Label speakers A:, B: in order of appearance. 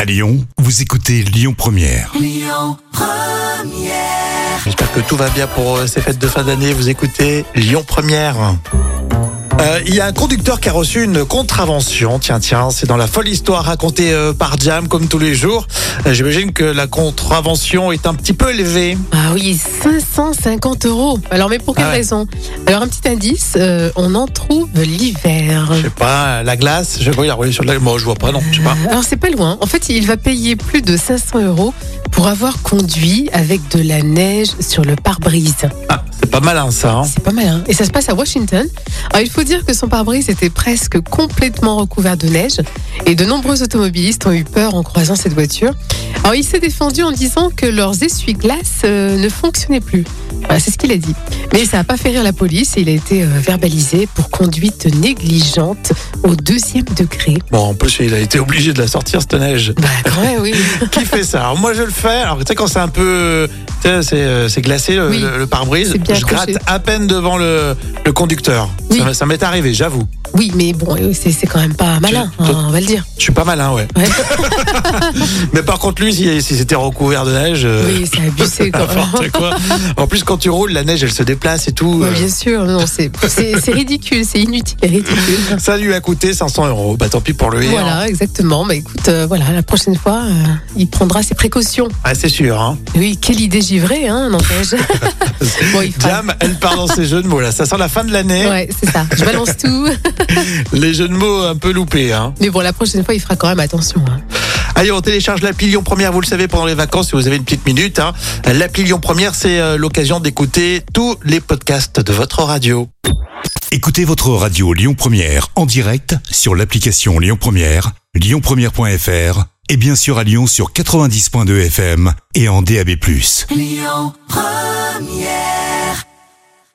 A: À Lyon, vous écoutez Lyon Première.
B: J'espère que tout va bien pour euh, ces fêtes de fin d'année. Vous écoutez Lyon Première. Euh, Il y a un conducteur qui a reçu une contravention. Tiens, tiens, c'est dans la folle histoire racontée euh, par Jam comme tous les jours. Euh, J'imagine que la contravention est un petit peu élevée.
C: Ah oui, 550 euros. Alors, mais pour quelle
B: Ah ouais.
C: raison Alors, un petit indice, euh, on en trouve l'hiver.
B: Je sais pas, euh, la glace. Je vois, il a roulé sur de la. Moi, je vois pas, non. Je sais pas.
C: Alors, c'est pas loin. En fait, il va payer plus de 500 euros pour avoir conduit avec de la neige sur le pare-brise.
B: Ah, c'est pas malin ça. hein.
C: C'est pas mal, hein Et ça se passe à Washington. Alors, il faut dire que son pare-brise était presque complètement recouvert de neige. Et de nombreux automobilistes ont eu peur en croisant cette voiture. Alors, il s'est défendu en disant que leurs essuie-glaces euh, ne fonctionnaient plus. Voilà, c'est ce qu'il a dit. Mais ça n'a pas fait rire la police et il a été euh, verbalisé pour conduite négligente au deuxième degré.
B: Bon, en plus, il a été obligé de la sortir cette neige.
C: Bah, quand même, oui.
B: qui fait ça Alors, moi, je le fais. Alors, tu sais, quand c'est un peu. Tu sais, c'est, euh, c'est glacé le,
C: Oui.
B: le- le pare-brise.
C: C'est bien
B: Je gratte
C: accroché.
B: à peine devant le, le conducteur.
C: Oui.
B: Ça, ça m'est arrivé, j'avoue.
C: Oui, mais bon, euh, c'est c'est quand même pas malin,
B: Tu-
C: hein, on va le dire.
B: Je suis pas malin, ouais.
C: Ouais.
B: Mais par contre, lui, si, si c'était recouvert de neige. euh,
C: Oui, c'est abusé quand même.
B: n'importe quoi. En plus, quand tu roules, la neige, elle se déplace et tout.
C: Ouais,
B: euh,
C: Bah, bien sûr, non, c'est c'est- c'est ridicule, c'est inutile hein. et ridicule.
B: Ça lui a coûté 500 euros. Bah, tant pis pour lui. hein.
C: Voilà, exactement. Bah écoute, euh, voilà, la prochaine fois, euh, il prendra ses précautions.
B: Ah, c'est sûr. Hein.
C: Oui, quelle idée givrée, hein, n'empêche. bon, il fera-
B: Jam, elle part dans ses jeux de mots. Là, ça sent la fin de l'année.
C: Ouais, c'est ça. Je balance tout.
B: Les jeux de mots un peu loupés. Hein.
C: Mais bon, la prochaine fois, il fera quand même attention. hein.
B: Allez, on télécharge l'appli Lyon Première, vous le savez, pendant les vacances, si vous avez une petite minute. Hein. L'appli Lyon Première, c'est euh, l'occasion d'écouter tous les podcasts de votre radio.
A: Écoutez votre radio Lyon Première en direct sur l'application Lyon Première, lyonpremière.fr et bien sûr à Lyon sur 90.2 FM et en DAB+.